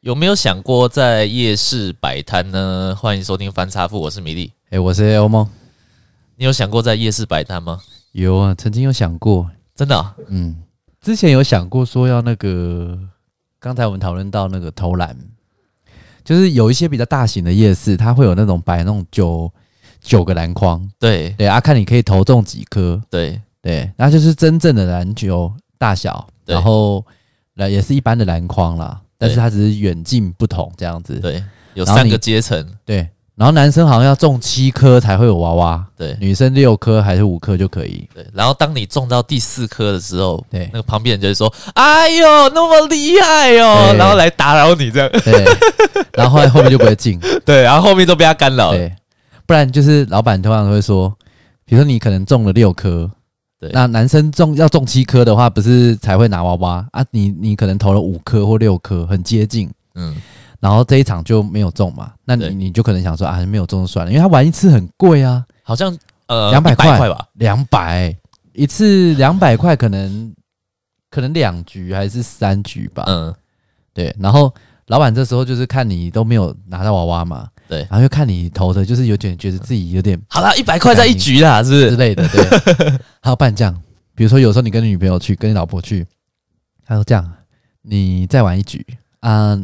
有没有想过在夜市摆摊呢？欢迎收听翻叉富，我是米粒。哎、我是欧梦，你有想过在夜市摆摊吗？有啊，曾经有想过，真的啊、嗯，之前有想过说要那个，刚才我们讨论到那个投篮，就是有一些比较大型的夜市，它会有那种摆那种九九个篮筐，对对啊，看你可以投中几颗，对对，那就是真正的篮球大小，对然后来也是一般的篮筐啦，但是对它只是远近不同这样子，对，有然后三你个阶层，对，然后男生好像要中七颗才会有娃娃，对女生六颗还是五颗就可以，对。然后当你中到第四颗的时候，对那个旁边人就会说：“哎呦，那么厉害哦！”对然后来打扰你这样。对，然后后来后面就不 会进，对，然后后面都被他干扰了。对，不然就是老板通常都会说，比如说你可能中了六颗，对那男生中要中七颗的话，不是才会拿娃娃啊？你你可能投了五颗或六颗，很接近，嗯，然后这一场就没有中嘛，那对你你就可能想说啊，没有中就算了，因为他玩一次很贵啊，好像呃200 100块块吧。两百一次两百块，可能可能两局还是三局吧，嗯，对，然后老板这时候就是看你都没有拿到娃娃嘛，对然后又看你投的，就是有点觉得自己有点好啦，一百块在一局啦，是不之是？类的，对。 还有半酱，比如说有时候你跟你女朋友去，跟你老婆去，他说这样，你再玩一局啊，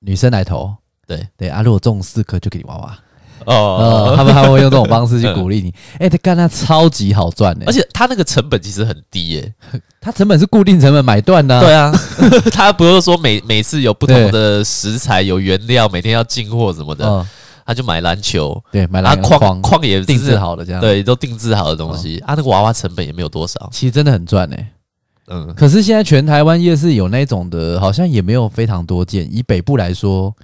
女生来投，对对啊，如果中四颗就给你娃娃，哦，哦，他们他们会用这种方式去鼓励 你，哎、他干他超级好赚的、而且他那个成本其实很低耶、他成本是固定成本买断的、对，啊， 他不是说每每次有不同的食材、有原料，每天要进货什么的，嗯，他就买篮球，对，买啊篮框框框也是定制，好嗯的这样，，对，都定制好的东西，啊，那个娃娃成本也没有多少，其实真的很赚哎、嗯，可是现在全台湾夜市有那种的，好像也没有非常多见。以北部来说，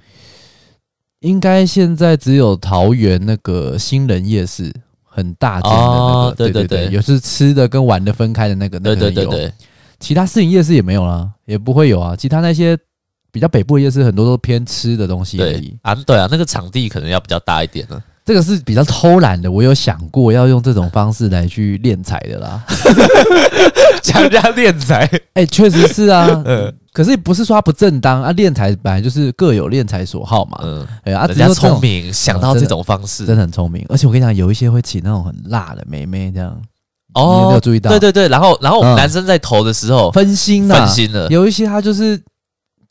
应该现在只有桃园那个新人夜市很大间的那个，哦对对对对有是吃的跟玩的分开的那个，对那个对对有对，其他市营夜市也没有啦，也不会有啊。其他那些比较北部的夜市，很多都偏吃的东西而已对。啊，对啊，那个场地可能要比较大一点呢，这个是比较偷懒的，我有想过要用这种方式来去练财的啦。强加练财，哎、确实是啊， 嗯可是不是说它不正当啊？练财本来就是各有练财所好嘛。 嗯，哎呀，啊人只家是说聪这种嗯明，想到这种方式，真的很聪明，而且我跟你讲，有一些会请那种很辣的妹妹这样，你有没哦有，注意到？对对对，然后然后我们嗯男生在投的时候分心呐、分心了，有一些他就是，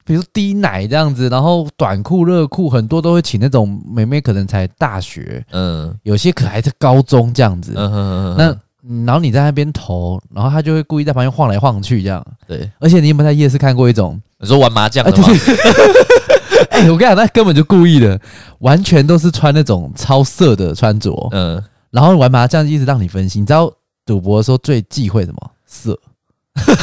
比如低奶这样子，然后短裤、热裤，很多都会请那种妹妹，可能才大学，嗯有些可还是高中这样子。嗯嗯嗯，嗯那嗯然后你在那边投，然后他就会故意在旁边晃来晃去这样。对，而且你有没有在夜市看过一种？你说玩麻将哎，的对 吗？对。哎、我跟你讲，那根本就故意的，完全都是穿那种超色的穿着。嗯，然后玩麻将一直让你分心。你知道赌博的时候最忌讳什么？色，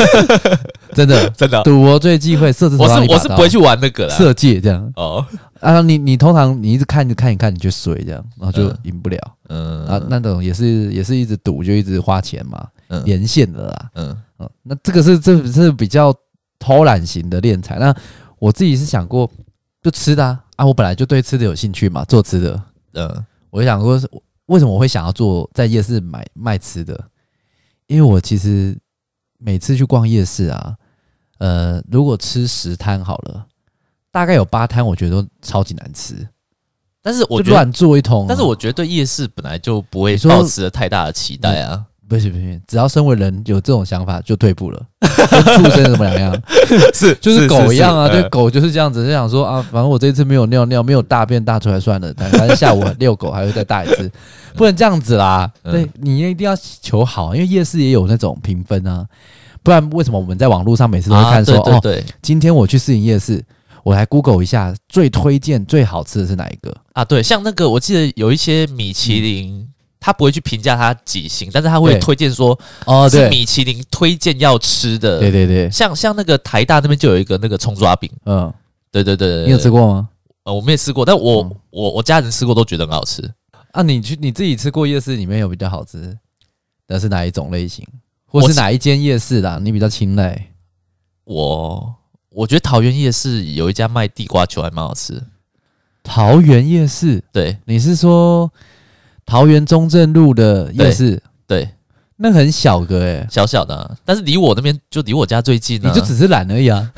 真的，真的，赌博最忌讳色字头我让你是我把是刀不会去玩那个啦。色戒这样。哦，啊，你你通常你一直看一直看一看你就水这样，然后就嗯赢不了、嗯啊。那种也是也是一直赌就一直花钱嘛，嗯连线的啦。嗯嗯，那这个是这是比较偷懒型的敛财。那我自己是想过，就吃的啊啊，我本来就对吃的有兴趣嘛，做吃的。嗯我就想说是，为什么我会想要做在夜市买卖吃的？因为我其实每次去逛夜市啊，呃，如果吃十摊好了，大概有八摊我觉得都超级难吃，但是我就觉得，乱做一通啊、但是我觉得对夜市本来就不会你说抱持了太大的期待啊，不行不行，只要身为人有这种想法就退步了，跟畜生怎么两样？ 是 就是狗一样啊，对嗯狗就是这样子，就想说啊，反正我这次没有尿尿，没有大便大出来算了，反反正 下午遛狗还会再大一次，不能这样子啦。嗯对你一定要求好，因为夜市也有那种评分啊，不然为什么我们在网络上每次都会啊，看对说、对哦，对今天我去市营夜市，我来 Google 一下最推荐最好吃的是哪一个？啊，对，像那个我记得有一些米其林，他不会去评价它几星，但是他会对推荐说哦，是对，米其林推荐要吃对的，对对，像像那个台大那边就有一个那个葱抓饼，嗯，对对对，对你有吃？对过吗？呃，我没有吃过，但我嗯我我家人吃过都觉得很好吃。啊，你去你自己吃过夜市里面有比较好吃的是哪一种类型，或我是吃哪一间夜市啦？你比较青睐？我我觉得桃园夜市有一家卖地瓜球还蛮好吃，桃园夜市，对你是说桃园中正路的夜市？对，那很小个哎、小小的啊、但是离我那边就离我家最近、啊，你就只是懒而 已啊，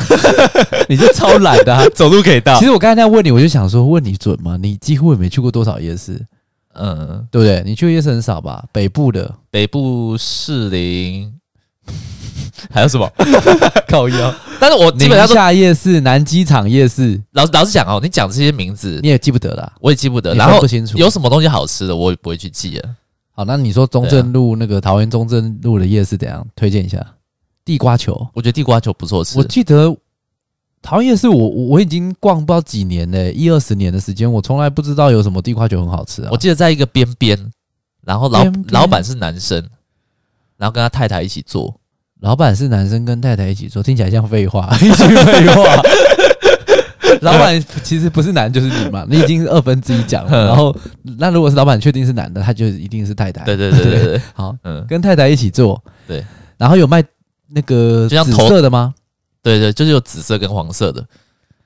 你就超懒的、啊。走路可以到其。实我刚才那样问你，我就想说，问你准吗？你几乎也没去过多少夜市，嗯，对不对？你去的夜市很少吧？北部的北部士林 还有什 么？靠腰，但是我基宁本上都夏夜市、南机场夜市，老老实讲哦，你讲这些名字你也记不得啦。我也记不得，呃你然分后不清楚有什么东西好吃的，我也不会去记啊了。好，那你说中正路、那个桃园中正路的夜市怎样？推荐一下地瓜球。我觉得地瓜球不错吃我，记得桃园夜市我，我我已经逛不知道几年嘞、一二十年的时间，我从来不知道有什么地瓜球很好吃啊。我记得在一个边边，然后老边边老板是男生，然后跟他太太一起做，老板是男生跟太太一起做，听起来像废 话，一句废话。老板其实不是男就是女嘛，你已经是二分之一讲嗯了。然后，那如果是老板确定是男的，他就一定是太太。对对对对对， 好， 嗯，跟太太一起做。对，然后有卖那个就像紫头色 的吗？对对，就是有紫色跟黄色的。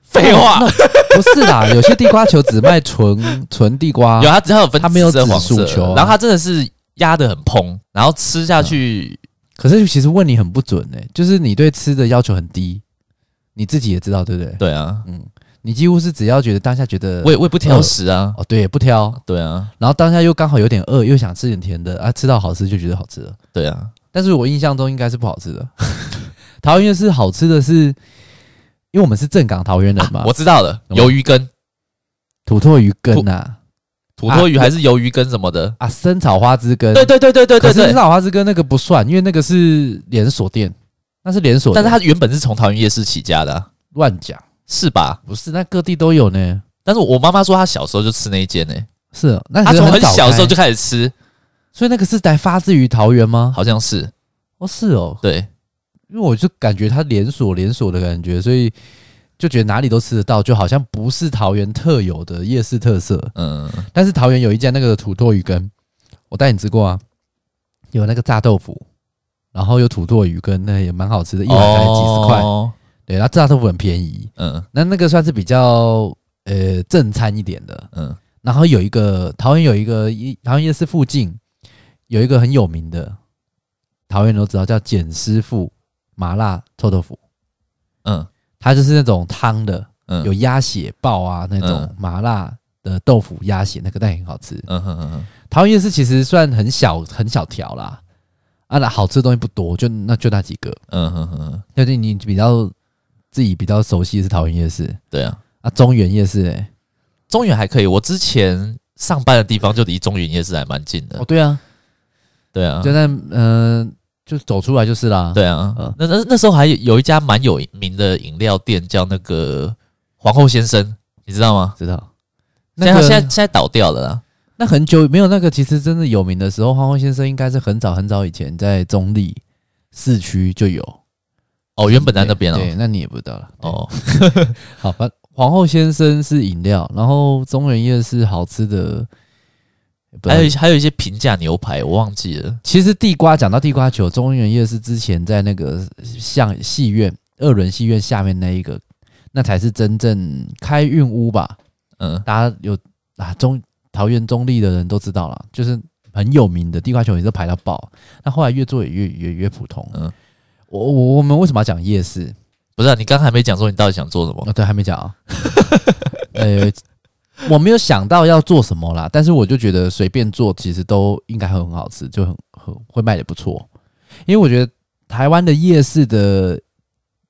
废话，不是啦，有些地瓜球只卖纯纯地瓜有，它只要有分它没有紫色、黄紫薯色，球啊然后它真的是压的很蓬，然后吃下去，可是其实问你很不准哎、就是你对吃的要求很低，你自己也知道对不对？对啊，你几乎是只要觉得当下觉得我也我也不挑食啊，哦对不挑，对啊，然后当下又刚好有点饿，又想吃点甜的啊，吃到好吃就觉得好吃了。对啊，但是我印象中应该是不好吃的。 桃园是好吃的是，因为我们是正港桃园人嘛，啊我知道了，什么鱿鱼羹、土托鱼羹啊土托鱼啊还是鱿鱼羹什么的，啊生炒花枝羹，对对对对对对可是生对，炒花枝羹那个不算，因为那个是连锁店，那是连锁但的，是它原本是从桃园夜市起家的啊、乱讲，是吧？不是那各地都有呢。但是我妈妈说她小时候就吃那一间呢、是哦，那她你从很很早小的时候开就开始吃，所以那个是来发自于桃园吗？好像是哦，是哦，对，因为我就感觉它连锁连锁的感觉，所以就觉得哪里都吃得到，就好像不是桃园特有的夜市特色。嗯，但是桃园有一家那个土豆鱼羹，我带你吃过啊，有那个炸豆腐，然后有土豆鱼羹，那也蛮好吃的，一碗才几十块。哦对，然后炸豆腐很便宜，嗯那那个算是比较呃正餐一点的。嗯，然后有一个桃园有一个一桃园夜市附近有一个很有名的，桃园人都知道叫简师傅麻辣臭豆腐，嗯它就是那种汤的，嗯，有鸭血爆啊那种嗯麻辣的豆腐鸭血，那个但也很好吃。嗯哼哼哼，桃园夜市其实算很小很小条啦，啊，那好吃的东西不多，就那就那几个。嗯哼哼哼，那就你比较自己比较熟悉的是桃园夜市对啊，啊，中原夜市哎、中原还可以，我之前上班的地方就离中原夜市还蛮近的哦，对啊，对啊，就在嗯、呃就走出来就是啦。对啊嗯，那那那时候还有有一家蛮有名的饮料店叫那个皇后先生，你知道吗？知道。现那在个现在现在倒掉了啦，那很久没有那个，其实真的有名的时候，花花先生应该是很早很早以前在中立市区就有。哦，原本在那边对对哦，那你也不知道了。哦，哦，好吧。皇后先生是饮料，然后中原夜市好吃的，不知道还有一还有一些平价牛排，我忘记了，其实地瓜讲到地瓜球，中原夜市之前在那个像戏院二轮戏院下面那一个，那才是真正开运屋吧？嗯大家有啊中桃园中立的人都知道了，就是很有名的地瓜球也是排到爆。那后来越做也越越越普通。嗯嗯，我我我们为什么要讲夜市？不是、啊，你刚才还没讲说你到底想做什么？哦，对，还没讲啊。 呃，我没有想到要做什么啦，但是我就觉得随便做其实都应该会很好吃，就很很会卖的不错。因为我觉得台湾的夜市的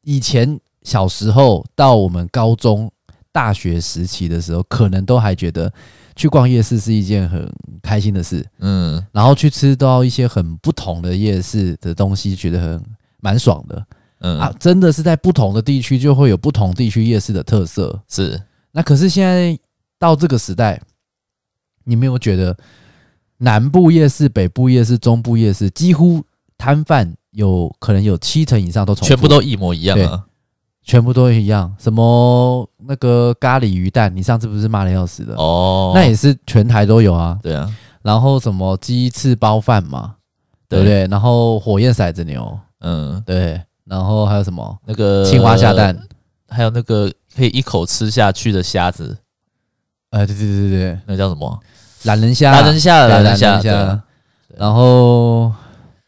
以前小时候到我们高中、大学时期的时候，可能都还觉得去逛夜市是一件很开心的事，嗯然后去吃到一些很不同的夜市的东西，觉得很蛮爽的。嗯、啊，真的是在不同的地区就会有不同地区夜市的特色。是那可是现在到这个时代，你没有觉得南部夜市、北部夜市、中部夜市几乎摊贩有可能有七成以上都重复全部都一模一样啊，全部都一样？什么那个咖喱鱼蛋，你上次不是骂的要死的？哦，那也是全台都有啊。对啊，然后什么鸡翅包饭嘛，对不对？然后火焰骰子牛，嗯，对，然后还有什么那个青蛙下蛋？，还有那个可以一口吃下去的虾子，呃，对对对对对。那叫什么？懒人虾，懒人虾，啊对懒懒人虾，人对啊虾，然后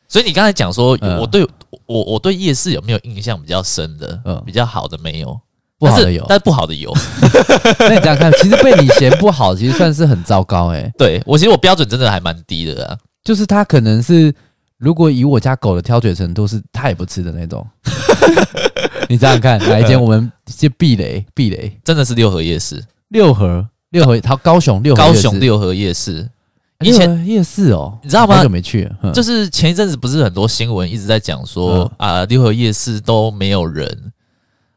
所以你刚才讲说，嗯我对我我对夜市有没有印象比较深的，嗯比较好的没有，不好但的是有。但不好的有。 那你这样看，其实被你嫌不好，其实算是很糟糕哎、对我其实我标准真的还蛮低的啊，就是他可能是，如果以我家狗的挑嘴程度，是它也不吃的那种。 你想想看，哪一间我们就避雷避雷真的是六合夜市，六合六合，它高雄六合高夜市雄六合夜市，哎以前六合夜市哦，你知道吗好久没去了，就是是前一阵子不是很多新闻一直在讲嗯说啊，六合夜市都没有人，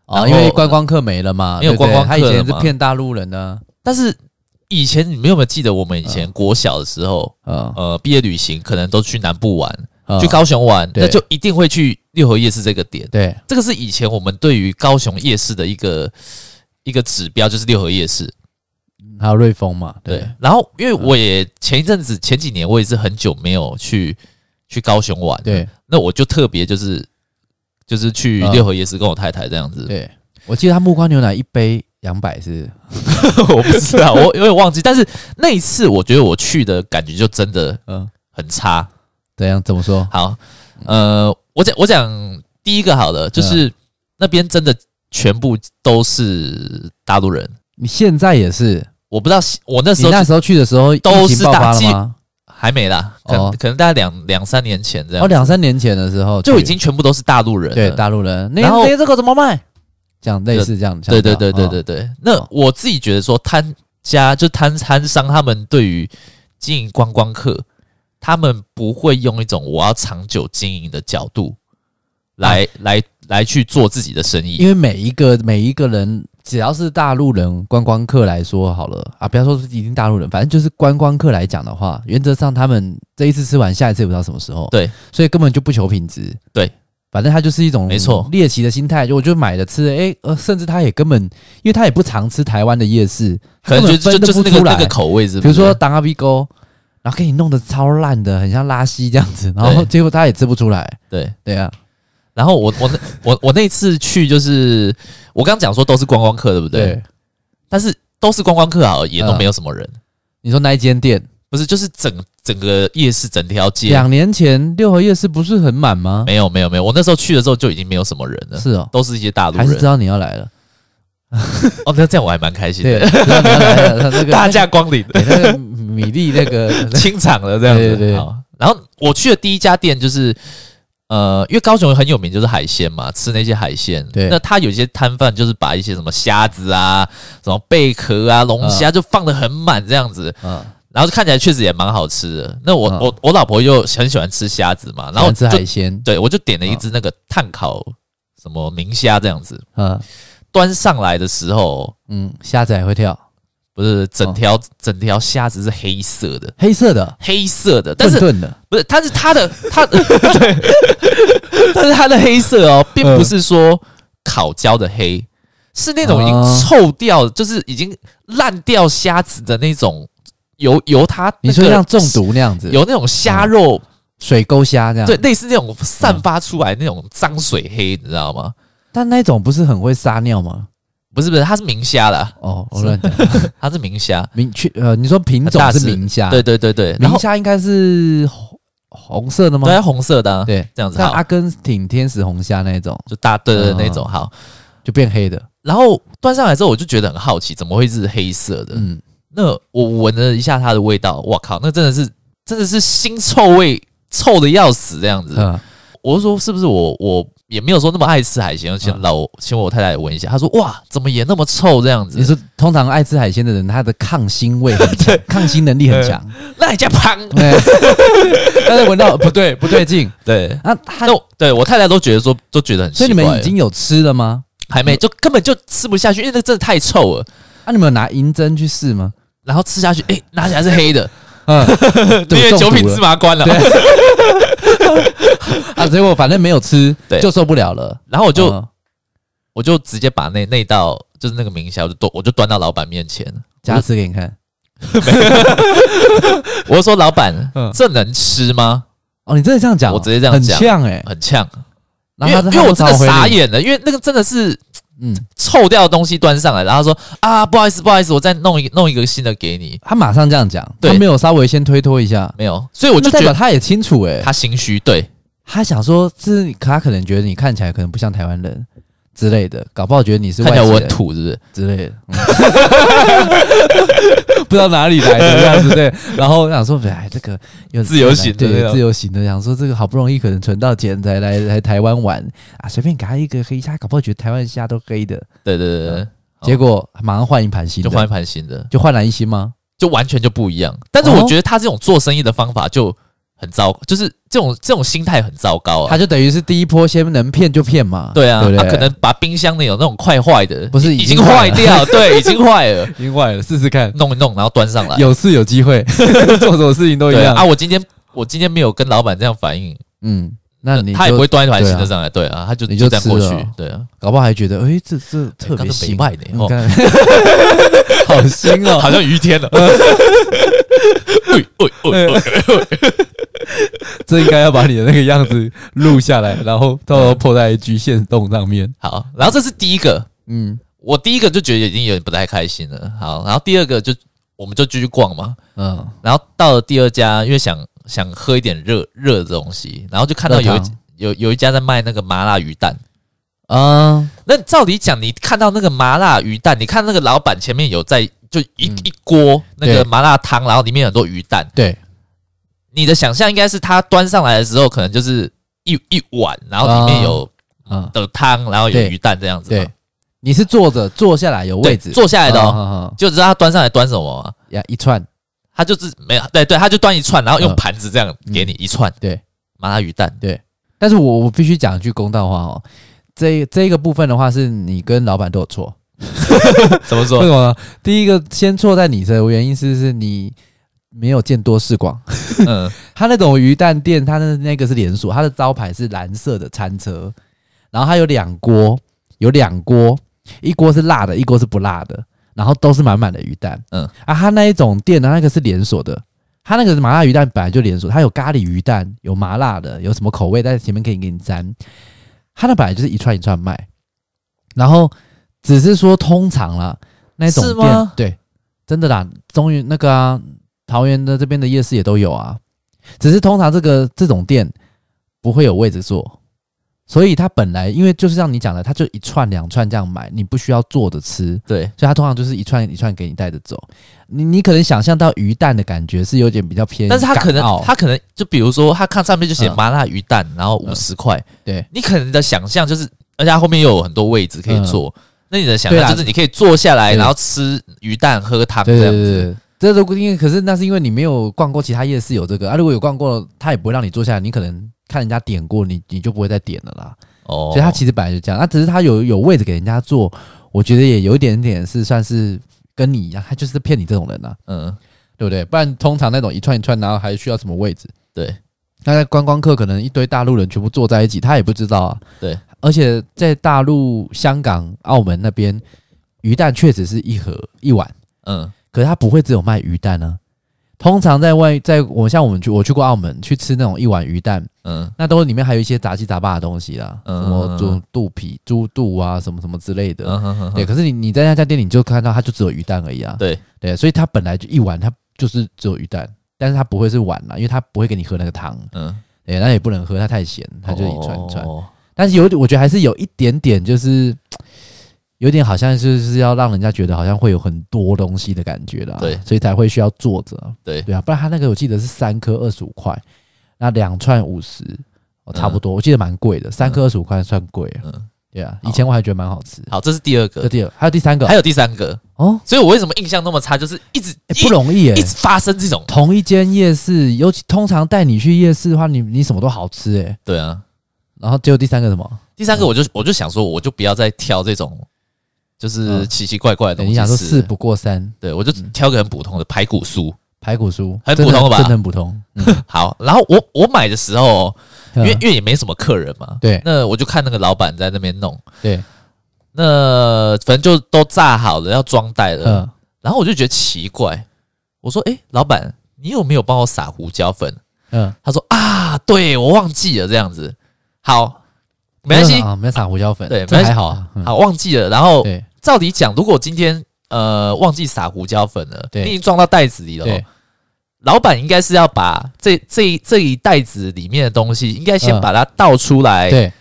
然啊，后因为观光客没了嘛，没有对不对观光客他以前了是嘛骗大陆人啊呢，但是以前你们有没有记得我们以前国小的时候，嗯，呃，毕业旅行可能都去南部玩，嗯去高雄玩，对那就一定会去六合夜市这个点。对这个是以前我们对于高雄夜市的一个一个指标，就是六合夜市。还有瑞丰嘛，对，对，然后因为我也前一阵子前几年我也是很久没有去去高雄玩，，对那我就特别就是就是去嗯六合夜市跟我太太这样子。对，我记得他木瓜牛奶一杯两百是， 我不知道，我我有点忘记，但是那一次我觉得我去的感觉就真的嗯，很差。怎样怎么说？好，呃，我讲我讲第一个好了，嗯就是那边真的全部都是大陆人，你现在也是，我不知道我那时你候那时候去的时候都疫情是爆大发了忌吗？还没啦，可能、哦可能大概两两三年前这样，哦，两三年前的时候就去已经全部都是大陆人了，对大陆人，那然后那这个怎么卖？这样类似这样，对对像对这样对对哦对。那我自己觉得说摊家就摊摊商他们对于经营观光客，他们不会用一种我要长久经营的角度来、来来去做自己的生意啊因，为每一个每一个人，只要是大陆人观光客来说好了啊，不要说是一定大陆人，反正就是观光客来讲的话，原则上他们这一次吃完，下一次也不知道什么时候，对，所以根本就不求品质，对，反正他就是一种没错猎奇的心态，就我就买了吃了，哎、呃，甚至他也根本，因为他也不常吃台湾的夜市，可能就根就本分得就是不那个出来那个口味是不是，比如说当阿 B 沟，然后给你弄得超烂的，很像拉稀这样子，然后对结果他也吃不出来，对。对啊，然后我我那我我那次去就是我刚讲说都是观光客对不对？对，但是都是观光客好了也都嗯没有什么人，你说那一间店。不是就是整整个夜市整条街两年前六合夜市不是很满吗？没有没有没有，我那时候去的时候就已经没有什么人了，是哦，都是一些大陆还是知人。道你要来了，哦，那这样我还蛮开心对，的，知道你要来了，他那个大驾光临，对那个米粒那个清场了这样子。对对对好然后我去的第一家店就是，呃，因为高雄很有名就是海鲜嘛，吃那些海鲜。对那他有些摊贩就是把一些什么虾子啊、什么贝壳啊、嗯龙虾就放的很满这样子，啊，然后看起来确实也蛮好吃的。那我、嗯我我老婆又很喜欢吃虾子嘛，然后喜就欢吃海鲜，对我就点了一嗯只那个炭烤什么明虾这样子，啊，端上来的时候。嗯，虾仔会跳，不是嗯整条、整条虾子是黑色的，黑色的，黑色的，但是钝钝的，不是它是它的它的 对，但是它的黑色哦，并嗯不是说烤焦的黑，是那种已经啊臭掉，就是已经烂掉虾子的那种，由由它你那说个像中毒嗯那样子，有那种虾肉，水沟虾这样，对，，类似那种嗯散发出来那种脏水黑，你知道吗？但那种不是很会撒尿吗？不是不是，它是明虾啦，哦，我乱讲，它是明虾，明确呃，你说品大种只是明虾，对，对对对，然啊明后虾应该是红红色的吗对？它红色的、啊，对，这样子像好，阿根廷天使红虾那一种就大对对对那嗯种好。就变黑的，然后端上来之后，我就觉得很好奇，怎么会是黑色的？嗯，那我闻了一下它的味道，我靠，那真的是真的是腥臭味，臭的要死这样子。嗯我就说是不是我我也没有说那么爱吃海鲜，嗯先老先我太太也闻一下，她说哇，怎么也那么臭这样子？你说通常爱吃海鲜的人，他的抗腥味很 强，抗腥能力很强，那你家胖对但是闻到哦不对 不 对劲对。啊，他那我对我太太都觉得说，都觉得很奇怪。所以你们已经有吃了吗？还没，就根本就吃不下去，因为那真的太臭了。啊，你们有拿银针去试 吗？然后吃下去，哎、拿起来是黑的，嗯，因为对，九中品毒芝了麻官了。啊，结果反正没有吃，对就受不了了，然后我就嗯我就直接把那那道就是那个明虾，我就端我就端到老板面前，加吃给你看。我就说老板 嗯，这能吃吗？哦，你真的这样讲哦？我直接这样很讲呛哎，很呛，因然为后他因为我真他的回你傻，眼了，因为那个真的是嗯，臭掉的东西端上来，然后他说啊，不好意思，不好意思，我再弄一弄一个新的给你，他马上这样讲，对他没有稍微先推脱一下，没有，所以我就那代觉表得他也清楚哎，他心虚，对他想说，是你他可能觉得你看起来可能不像台湾人之类的，搞不好觉得你是看起来我外国很人土，是不是？之类的，嗯 不知道哪里来的这样子对。然后我想说，哎，这个又自由行的那对种自由行的，想说这个好不容易可能存到钱才来来台湾玩啊，随便给他一个黑虾，搞不好觉得台湾虾都黑的，对对对对，好结果马上换一盘新的，哦就换一盘新的，就换蓝一星吗？就完全就不一样。但是哦我觉得他这种做生意的方法就很糟，就是这种这种心态很糟糕啊。他就等于是第一波先能骗就骗嘛，对啊，对不他对？可能把冰箱那种那种快坏的，不是已已经经坏坏 掉，对，已经坏了，已经坏了，试试看，弄一弄，然后端上来。有事有机会， 做什么事情都一对样。啊，我今天我今天没有跟老板这样反应，嗯，那你他也就不会端一盘对啊新的上来，对啊，他就你就这样过吃了去哦，对啊，搞不好还觉得，哎、这这特刚别刚北，新外呢，你哦，看， 好新哦，好像于天 了。喂喂啊喂喂！这应该要把你的那个样子录下来，然后到时候破在 IG 线动上面。好，然后这是第一个，嗯我第一个就觉得已经有点不太开心了。好，然后第二个就我们就继续逛嘛，嗯，然后到了第二家，因为想想喝一点热热的东西，然后就看到有热一汤有有一家在卖那个麻辣鱼蛋。啊，那照理讲，你看到那个麻辣鱼蛋，你看那个老板前面有在就一、嗯一锅那个对麻辣汤，然后里面有很多鱼蛋，对，你的想象应该是他端上来的时候，可能就是一一碗，然后里面有啊，的汤，然后有对鱼蛋这样子嘛。对，你是坐着坐下来有对，位置坐下来的啊哦，啊啊就知道他端上来端什么吗？呀，一串他就是没有对对，他就端一串，然后用嗯盘子这样给你一串对。麻辣鱼 蛋。但是我我必须讲一句公道话哦，这这个部分的话是你跟老板都有错，怎么为说什？么呢？第一个先错在你这，原因是是你没有见多识广。 嗯，他那种鱼蛋店，他的那个是连锁，他的招牌是蓝色的餐车，然后它有两锅，有两锅，一锅是辣的，一锅是不辣的，然后都是满满的鱼蛋。嗯嗯，啊，他那一种店呢，那个是连锁的，他那个麻辣鱼蛋本来就连锁，它有咖喱鱼蛋，有麻辣的，有什么口味在前面可以给你沾。他那本来就是一串一串卖，然后只是说通常啦，那种是吗店对，真的啦，终于那个啊，桃园的这边的夜市也都有啊，只是通常这个这种店不会有位置坐，所以它本来因为就是像你讲的，它就一串两串这样买，你不需要坐着吃，对，所以它通常就是一串一串给你带着走。你你可能想象到鱼蛋的感觉是有点比较偏但是港澳，他可能他可能就比如说他看上面就写嗯麻辣鱼蛋，然后五嗯十块，对你可能的想象就是，而且它后面又有很多位置可以坐。那你的想嗯对象啦就是你可以坐下来，对然后吃鱼蛋、喝汤对这对样对子。对。这都因为可是那是因为你没有逛过其他夜市有这个啊，如果有逛过，他也不会让你坐下来，你可能看人家点过，你你就不会再点了啦。哦，所以他其实本来就这样，那、只是他有有位置给人家坐，我觉得也有一点点是算是跟你一样，他就是骗你这种人啊，嗯，对不对？不然通常那种一串一串，然后还需要什么位置？对，那在观光客可能一堆大陆人全部坐在一起，他也不知道啊。对，而且在大陆、香港、澳门那边，鱼蛋确实是一盒一碗，嗯，可是他不会只有卖鱼蛋啊。通常在外，在我像我们去我去过澳门去吃那种一碗鱼蛋，嗯，那都里面还有一些杂七杂八的东西啦，嗯什么猪肚皮、猪肚啊，什么什么之类的。嗯哼哼对，哼可是你你在那家店，你就看到它就只有鱼蛋而已啊。对，对，所以它本来就一碗，它就是只有鱼蛋，但是它不会是碗啦，啊因为它不会给你喝那个汤，嗯，对，那也不能喝，它太咸，它就一串一串。哦但是有，我觉得还是有一点点，就是有点好像就是要让人家觉得好像会有很多东西的感觉啦。对所以才会需要坐着。对对啊，不然他那个我记得是三颗二十五块，那两串五十、哦，差不多，我记得蛮贵的，三颗二十五块算贵。嗯嗯，对啊，好以前我还觉得蛮好吃。好，这是第二这个，第二，还有第三个还有第三个，哦，所以我为什么印象那么差，就是一直哎一不容易耶、一直发生这种。同一间夜市，尤其通常带你去夜市的话，你你什么都好吃哎、对啊，然后结果第三个什么？第三个我就我就想说，我就不要再挑这种就是嗯奇奇怪怪的东西你想说嗯吃事不过三，对，我就挑个很普通的排骨酥。排骨酥很真普的通吧真的很普通。嗯好，然后我我买的时候，哦因为因为也没什么客人嘛，对那我就看那个老板在那边弄，对，那反正就都炸好了，要装袋了。嗯，然后我就觉得奇怪，我说：“诶，老板，你有没有帮我撒胡椒粉嗯，？”他说：“啊，对我忘记了这样子。”好，没关系，啊，没有撒胡椒粉，对这没关系还好啊。嗯好忘记了。然后对照理讲，如果今天呃忘记撒胡椒粉了，对你已经装到袋子里了哦，对，老板应该是要把这这一这一袋子里面的东西，应该先嗯把它倒出来，对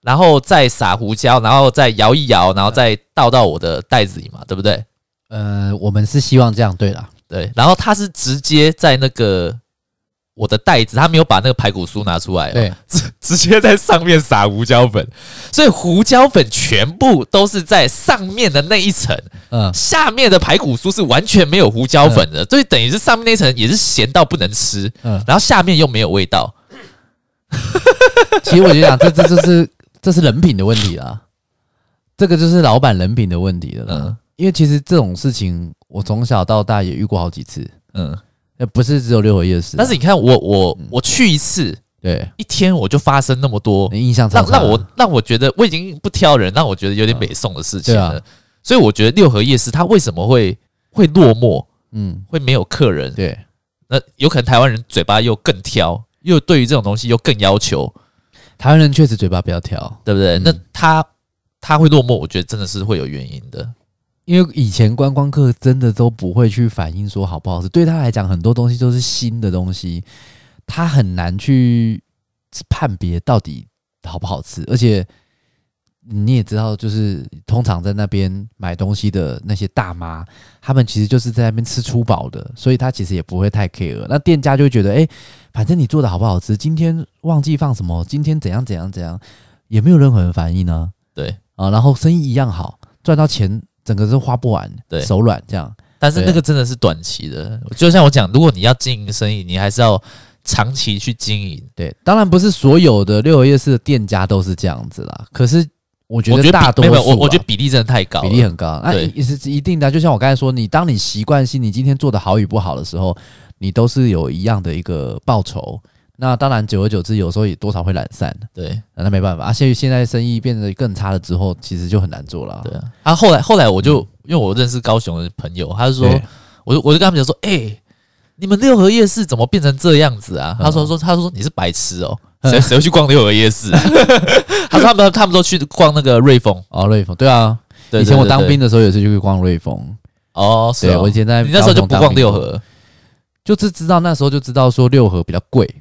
然后再撒胡椒，然后再摇一摇，然后再倒到我的袋子里嘛，对不对？呃，我们是希望这样，对啦，对，然后他是直接在那个我的袋子，他没有把那个排骨酥拿出来哦，对，直直接在上面撒胡椒粉，所以胡椒粉全部都是在上面的那一层，嗯，下面的排骨酥是完全没有胡椒粉的，所以等于是上面那层也是咸到不能吃，嗯然后下面又没有味道。其实我就想，这这就是这是人品的问题啦，这个就是老板人品的问题了啦。嗯因为其实这种事情，我从小到大也遇过好几次，嗯，呃，不是嗯只有六合夜市啊，但是你看我我我去一次，对，一天我就发生那么多，你印象超让差让我让我觉得我已经不挑人，让我觉得有点北宋的事情了。对啊所以我觉得六合夜市它为什么会会落寞，嗯，会没有客人？对，那有可能台湾人嘴巴又更挑，又对于这种东西又更要求，台湾人确实嘴巴比较挑，对不对？嗯那他他会落寞，我觉得真的是会有原因的。因为以前观光客真的都不会去反映说好不好吃，对他来讲，很多东西都是新的东西，他很难去呃判别到底好不好吃，而且。你也知道，就是通常在那边买东西的那些大妈，他们其实就是在那边吃粗饱的，所以他其实也不会太 care。那店家就会觉得，哎、反正你做的好不好吃，今天忘记放什么，今天怎样怎样怎样，也没有任何人反应呢、对啊，然后生意一样好，赚到钱整个是花不完，对手软这样。但是对啊那个真的是短期的，就像我讲，如果你要经营生意，你还是要长期去经营。对，当然不是所有的六合夜市的店家都是这样子啦，可是我觉我觉得得大比多没数、有，啊，没有我我觉得比例真的太高了，比例很高，那对也是一定的啊。就像我刚才说，你当你习惯性你今天做的好与不好的时候，你都是有一样的一个报酬。那当然，久而久之，有时候也多少会懒散，对。那没办法。而且现在生意变得更差了之后，其实就很难做了啊。对啊，啊，后来后来我就、因为我认识高雄的朋友，他就说对，我就我就跟他们讲说，哎、你们六合夜市怎么变成这样子啊？嗯他说说他说你是白痴哦、嗯谁谁会去逛六合夜市、啊？他说他们他们都去逛那个瑞丰。哦，瑞丰，对啊，对以前我当对对兵的时候也是去逛瑞丰，哦，是对哦我以前在你那时候就高雄不当逛兵六的时候，合，就是知道那时候就知道说六合比较贵。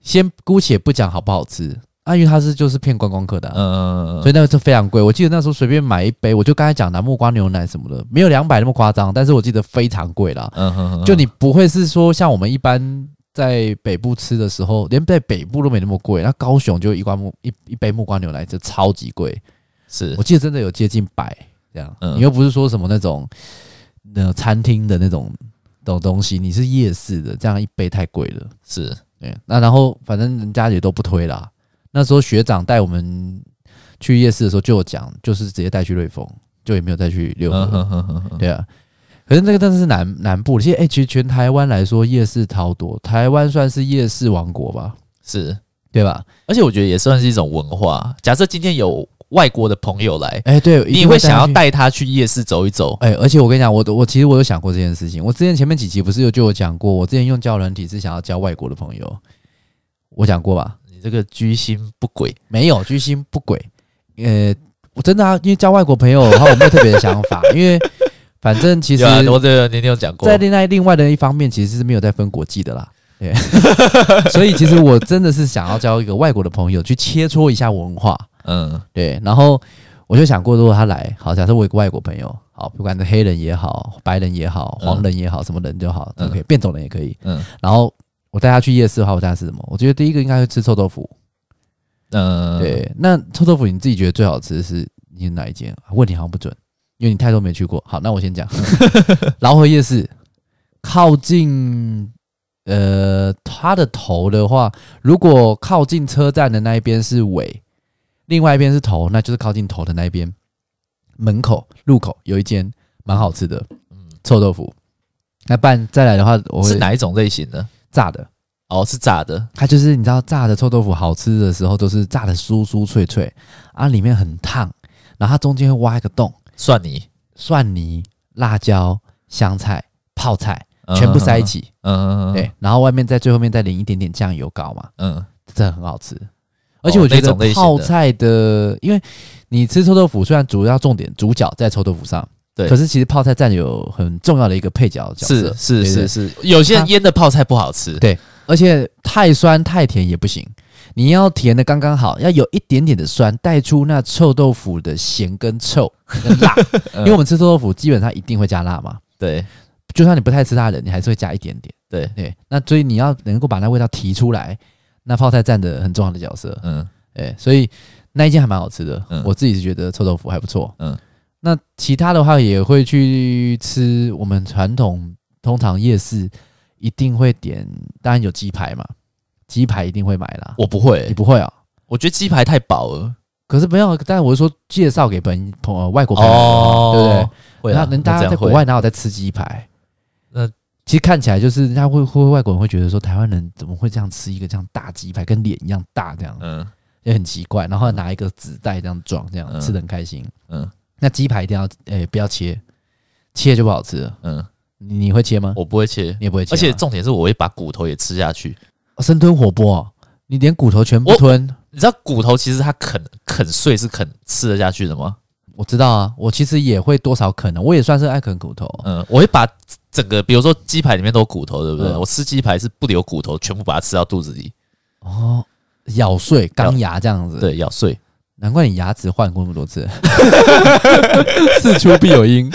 先姑且不讲好不好吃，啊，因为它是就是骗观光客的啊、嗯，所以那个是非常贵。我记得那时候随便买一杯，我就刚才讲的木瓜牛奶什么的，没有两百那么夸张，但是我记得非常贵啦。嗯哼哼，就你不会是说像我们一般在北部吃的时候，连在北部都没那么贵，那高雄就一罐木一一杯木瓜牛奶就超级贵，是我记得真的有接近百这样。嗯你又不是说什么那种呃餐厅的那种种东西，你是夜市的，这样一杯太贵了。是，对，那然后反正人家也都不推啦。那时候学长带我们去夜市的时候就有讲，就是直接带去瑞丰，就也没有再去六合。嗯哼哼哼哼，对啊，可是那个真的是南南部，其实哎、其实全台湾来说夜市超多，台湾算是夜市王国吧，是，对吧？而且我觉得也算是一种文化。假设今天有外国的朋友来，哎、对，你一也定会想要去。带他去夜市走一走，哎、而且我跟你讲，我我其实我有想过这件事情。我之前前面几集不是有就有讲过，我之前用交友软体是想要交外国的朋友，我讲过吧？你这个居心不轨。没有居心不轨。呃，我真的啊，因为交外国朋友的话，我没有特别的想法，因为反正其实有啊，我这个你有讲过，在另外另外的一方面，其实是没有在分国际的啦。对， 所以其实我真的是想要交一个外国的朋友去切磋一下文化。嗯对，然后我就想过，如果他来，好，假设我有个外国朋友，好，不管是黑人也好，白人也好，嗯黄人也好，什么人就好，都嗯可以，变种人也可以。嗯然后我带他去夜市的话，我带他吃什么？我觉得第一个应该会吃臭豆腐。嗯，对，那臭豆腐你自己觉得最好吃是你哪一间？问题好像不准，因为你太多没去过。好，那我 先讲，饶河夜市靠近。呃，它的头的话，如果靠近车站的那一边是尾，另外一边是头，那就是靠近头的那一边门口路口有一间蛮好吃的嗯，臭豆腐。那不然再来的话，我是会哪一种类型的？炸的，哦，是炸的，它就是你知道炸的臭豆腐好吃的时候，都是炸的酥酥脆脆啊，里面很烫，然后它中间会挖一个洞，蒜泥，蒜泥、辣椒、香菜、泡菜全部塞一起，嗯，嗯，嗯，对，然后外面在最后面再淋一点点酱油膏嘛，嗯真的很好吃。而且我觉那得种类型的泡菜的，因为你吃臭豆腐，虽然主要重点主角在臭豆腐上，对可是其实泡菜占有很重要的一个配角角色是，是对对是是，有些人它腌的泡菜不好吃，对而且太酸太甜也不行，你要甜的刚刚好，要有一点点的酸，带出那臭豆腐的咸跟臭跟辣。嗯因为我们吃臭豆腐基本上一定会加辣嘛，对就算你不太吃辣的，你还是会加一点点。对，对，那所以你要能够把那味道提出来，那泡菜占的很重要的角色。嗯哎，所以那一间还蛮好吃的，嗯我自己是觉得臭豆腐还不错。嗯嗯，那其他的话也会去吃我们传统通常夜市一定会点，当然有鸡排嘛，鸡排一定会买啦。我不会你，不会哦？我觉得鸡排太饱了，可是没有，但我是说介绍给本朋友外国朋友，哦，对不对？会那啊，人我大这家样在国会外哪有在吃鸡排？那其实看起来就是人家会会外国人会觉得说台湾人怎么会这样吃一个这样大鸡排，跟脸一样大这样，嗯也很奇怪。然后拿一个纸袋这样装，这样、嗯吃的很开心。嗯那鸡排一定要诶、不要切，切就不好吃了。嗯，你你会切吗？我不会切，你也不会切吗，啊而且重点是我会把骨头也吃下去。哦生吞活剥、哦，你连骨头全部我吞。你知道骨头其实它啃啃碎是啃吃得下去的吗？我知道啊，我其实也会多少啃的，我也算是爱啃骨头。嗯，我会把整个，比如说鸡排里面都有骨头，对不对？嗯我吃鸡排是不留骨头，全部把它吃到肚子里，哦，咬碎钢牙这样子。，对，嗯咬碎。难怪你牙齿换过那么 多次，事出必有因。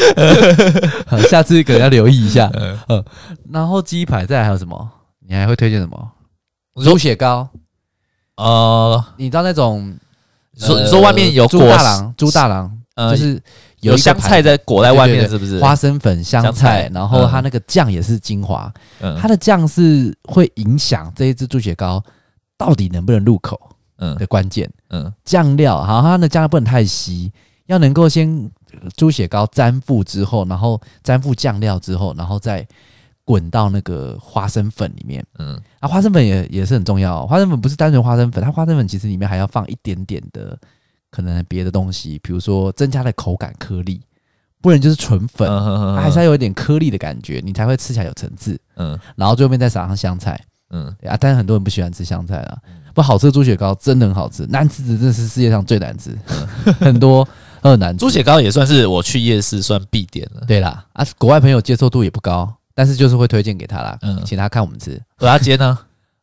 好下次可能要留意一下。嗯，然后鸡排再来还有什么？你还会推荐什么？你说猪血糕，呃，你知道那种你说呃你说外面有猪果大实郎，猪大郎呃，就是有一个香牌菜在裹在外面，对对是不是？花生粉、香香菜菜，然后嗯它那个酱也是精华，嗯它的酱是会影响这一只猪血糕到底能不能入口嗯的关键。嗯酱料，好，它的酱料不能太稀，要能够先呃猪血糕粘附之后，然后粘附酱料之后，然后再滚到那个花生粉里面。嗯啊，花生粉也也是很重要哦、花生粉不是单纯花生粉，它花生粉其实里面还要放一点点的可能别的东西，比如说增加了口感颗粒，不然就是纯粉，嗯它还是要有一点颗粒的感觉，你才会吃起来有层次。嗯然后最后面再撒上香菜嗯对啊，但是很多人不喜欢吃香菜啦。不好吃的猪血糕真的很好吃，难吃的真的是世界上最难吃， 很多都很难吃。猪血糕也算是我去夜市算必点了，对啦，啊，国外朋友接受度也不高，但是就是会推荐给他啦，嗯请他看我们吃蚵仔煎呢？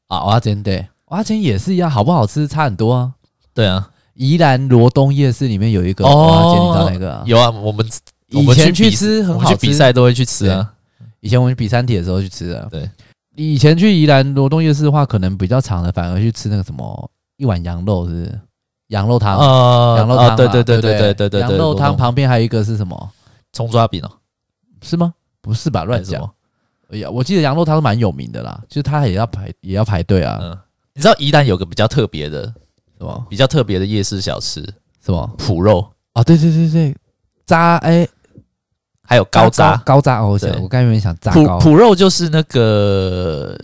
啊。蚵仔煎对，蚵仔煎也是一样，好不好吃差很多啊。对啊，宜兰罗东夜市里面有一个哦蚵仔煎，你知道那个啊、有啊，我们我以们前去去比吃我很们好去吃，比赛都会去吃啊。以前我们比三铁的时候去吃的。对，以前去宜兰罗东夜市的话，可能比较长的，反而去吃那个什么一碗羊肉，是不是羊肉汤。呃羊肉汤啊嘛、对对对对对对对对，羊肉汤旁边还有一个是什么？葱抓饼哦，是吗？不是吧？乱还是什讲么。哎呀，我记得羊肉汤是蛮有名的啦，就是它也要排也要排队啊，嗯，你知道宜兰有个比较特别的、什么比较特别的夜市小吃，什么脯肉啊？对对对对，炸哎、还有高渣。炸高炸哦，我想对我刚原本想炸脯高脯肉就是那个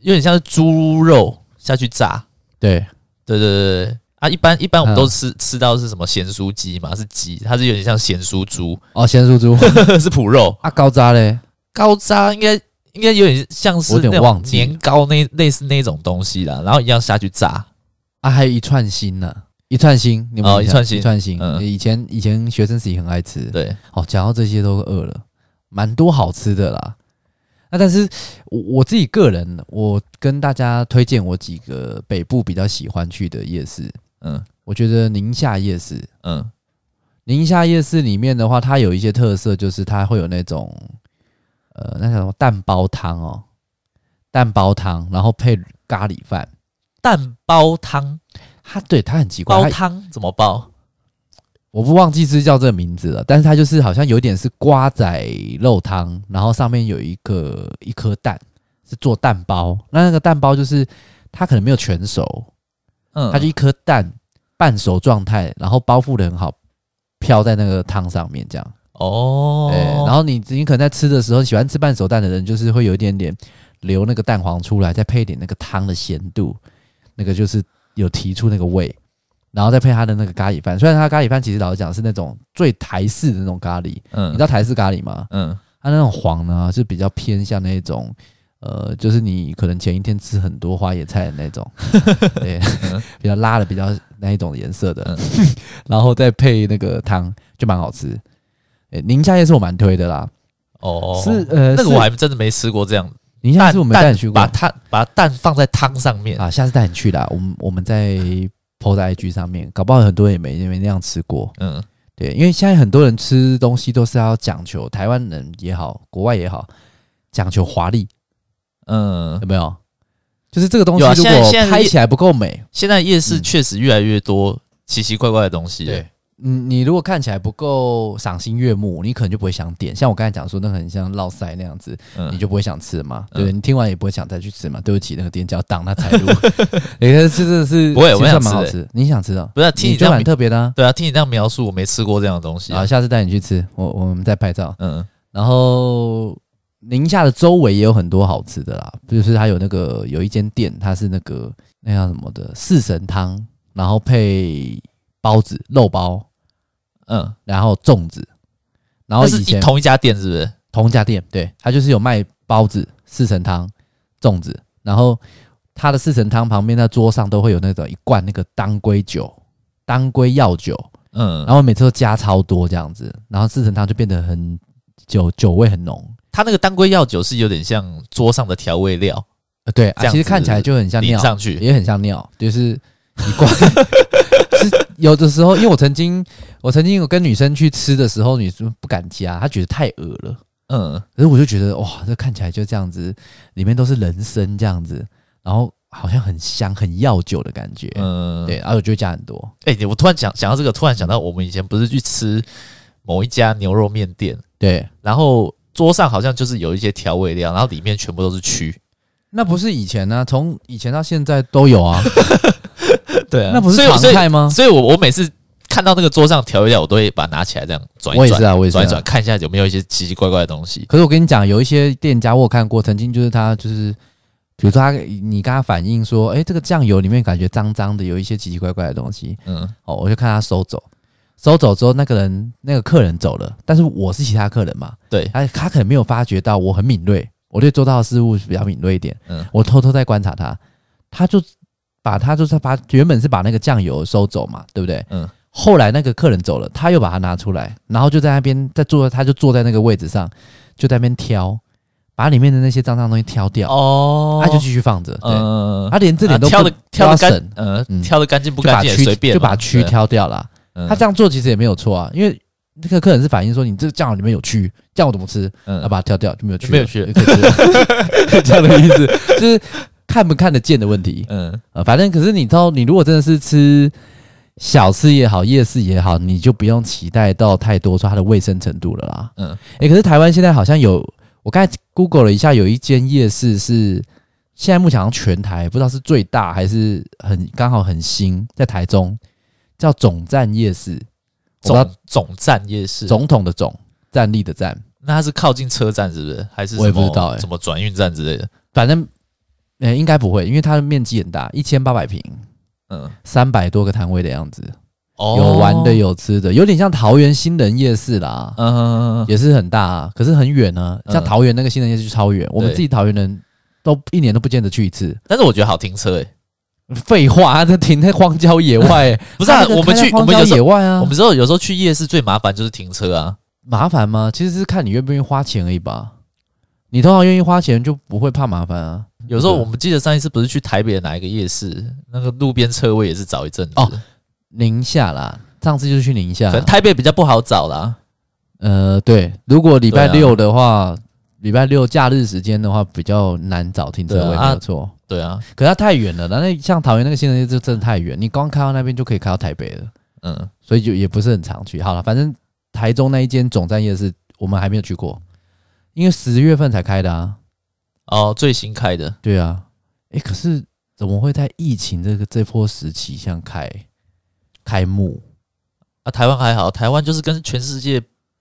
有点像是猪肉下去炸，对对对对对啊！一般一般我们嗯都吃、吃到是什么咸酥鸡嘛，是鸡，它是有点像咸酥猪， 哦，咸酥猪是脯肉。啊，高炸嘞，高渣应该应该有点像是我有点那忘种记了年糕那类似那种东西啦，然后一样下去炸。啊，还有一串心呢、一串心，你们哦一串心一串心。嗯以前以前学生时期很爱吃。对，哦，讲到这些都饿了，蛮多好吃的啦。那但是我我自己个人，我跟大家推荐我几个北部比较喜欢去的夜市。嗯我觉得宁夏夜市，嗯宁夏夜市里面的话，它有一些特色，就是它会有那种呃，那叫什么蛋包汤哦，蛋包汤，然后配咖喱饭。蛋包汤，它对它很奇怪，煲它汤怎么煲？我不忘记是叫这个名字了，但是它就是好像有点是瓜仔肉汤，然后上面有一个一颗蛋，是做蛋包。那那个蛋包就是它可能没有全熟，嗯，它就一颗蛋半熟状态，然后包覆的很好，飘在那个汤上面这样。哦，哎，然后你你可能在吃的时候，喜欢吃半熟蛋的人，就是会有一点点留那个蛋黄出来，再配一点那个汤的咸度，那个就是有提出那个味，然后再配它的那个咖喱饭。虽然它咖喱饭其实老实讲是那种最台式的那种咖喱，嗯你知道台式咖喱吗？嗯它啊那种黄呢是比较偏向那种。呃，就是你可能前一天吃很多花野菜的 那种，对，嗯 比较拉的 比较那一种颜色的，然后再配那个汤就蛮好吃。诶宁夏夜市我蛮推的啦，哦，是呃那是个我还真的没吃过这样宁夏夜蛋市我没带蛋你去过把它把蛋放在汤上面，啊，下次带你去啦，我们我们在 PO 在 IG 上面，搞不好很多人也没也没那样吃过，嗯，对，因为现在很多人吃东西都是要讲求，台湾人也好，国外也好，讲求华丽，嗯，有没有？就是这个东西有啊如现在果现在拍起来不够美，现在夜市嗯确实越来越多奇奇怪怪的东西。对，你嗯你如果看起来不够赏心悦目，你可能就不会想点。像我刚才讲说，那个很像烙塞那样子，嗯，你就不会想吃嘛，嗯对不对？你听完也不会想再去吃嘛。对不起，那个店叫当他财 路，你看这真的是不会我其实想算蛮吃好的吃。你想吃啊？不是听你你这就样蛮特别的啊。对啊，听你这样描述，我没吃过这样的东西啊，啊。下次带你去吃，我我们再拍照。嗯，然后宁夏的周围也有很多好吃的啦，就是它有那个有一间店，它是那个那叫什么的四神汤，然后配包子、肉包，嗯，然后粽子，然后那是以一前同一家店是不是？同一家店，对，它就是有卖包子、四神汤、粽子，然后它的四神汤旁边那桌上都会有那种一罐那个当归酒、当归药酒，嗯，然然后后每次都加超多这样子，然后四神汤就变得很酒酒味很浓，它那个当归药酒是有点像桌上的调味料，呃，对，这啊、样其实看起来就很像淋尿，上去。也很像尿，就是一罐。 是有的时候，因为我曾经，我曾经有跟女生去吃的时候，女生不敢加，她觉得太恶了。嗯，可是我就觉得哇，这看起来就这样子，里面都是人参这样子，然后好像很香、很药酒的感觉。嗯，对，啊然后我就会加很多。哎、你我突然想想到这个，突然想到我们以前不是去吃某一家牛肉面店，对，然后桌上好像就是有一些调味料，然后里面全部都是 蛆。那不是以前呢、从以前到现在都 有啊，对啊那不是所以我常所以态吗？所以我我每次看到那个桌上调味料，我都会把它拿起来这样转我一也是转，啊，我也是、转一啊转，。看一下有没有一些奇奇怪怪的东西。可是我跟你讲，有一些店家我有看过，曾经就是他就是，比如说他你跟他反映说，哎、这个酱油里面感觉脏脏的，有一些奇奇怪怪的东西，嗯哦，我就看他收走，收走之后那个人那个客人走了，但是我是其他客人嘛，对他他可能没有发觉到我很敏锐，我对周到的事物比较敏锐一点，嗯我偷偷在观察他，他就把他就是把原本是把那个酱油收走嘛，对不对？嗯后来那个客人走了，他又把它拿出来，然后就在那边在坐，他就坐在那个位置上，就在那边挑，把里面的那些脏脏东西挑掉，哦他啊就继续放着，对，嗯，他连这这点都不、挑的挑的不要干省，呃嗯，挑的干净不就把干净也区随便嘛，嗯就把区挑掉了。对，他这样做其实也没有错啊，因为那个客人是反映说你这个酱油里面有蛆，酱我怎么吃？啊嗯要把它挑掉就没有蛆，没有蛆 就可以吃 了，这样的意思就是看不看得见的问题嗯啊、呃反正可是你到你如果真的是吃小吃也好，夜市也好，你就不用期待到太多说它的卫生程度了啦。嗯诶、可是台湾现在好像有，我刚才 Google 了一下，有一间夜市是现在目前好像全台不知道是最大还是很刚好很新，在台中叫总站夜市，我不知道总总站夜市，总统的总，站立的站，那它是靠近车站是不是？还是我也什么不知道欸什么转运站之类的？反正呃、应该不会，因为它的面积很大，一千八百平，嗯，三百多个摊位的样子，哦有玩的，有吃的，有点像桃园新人夜市啦，嗯，也是很大、啊，可是很远呢、嗯像桃园那个新人夜市就超远，我们自己桃园人都一年都不见得去一次。但是我觉得好停车欸诶，废话，这停在荒郊野外、 不是啊它那个我们开在去荒我们郊有时候野外啊，我们之后有时候去夜市最麻烦就是停车啊，麻烦吗？其实是看你愿不愿意花钱而已吧。你通常愿意花钱，就不会怕麻烦啊。有时候对啊我们记得上一次不是去台北的哪一个夜市，那个路边车位也是找一阵子，哦啊宁夏啦，上次就是去宁夏可，能台北比较不好找啦。呃，对，如果礼拜对啊六的话，礼、拜六假日时间的话比较难找停车位，对啊没有错。对啊，可它太远了，那那像桃园那个新人就真的太远，你光开到那边就可以开到台北了，嗯，所以就也不是很常去。好了，反正台中那一间总站夜市我们还没有去过，因为十月份才开的啊。哦，最新开的，对啊，诶，可是怎么会在疫情这个这波时期像开开幕？啊，台湾还好，台湾就是跟全世界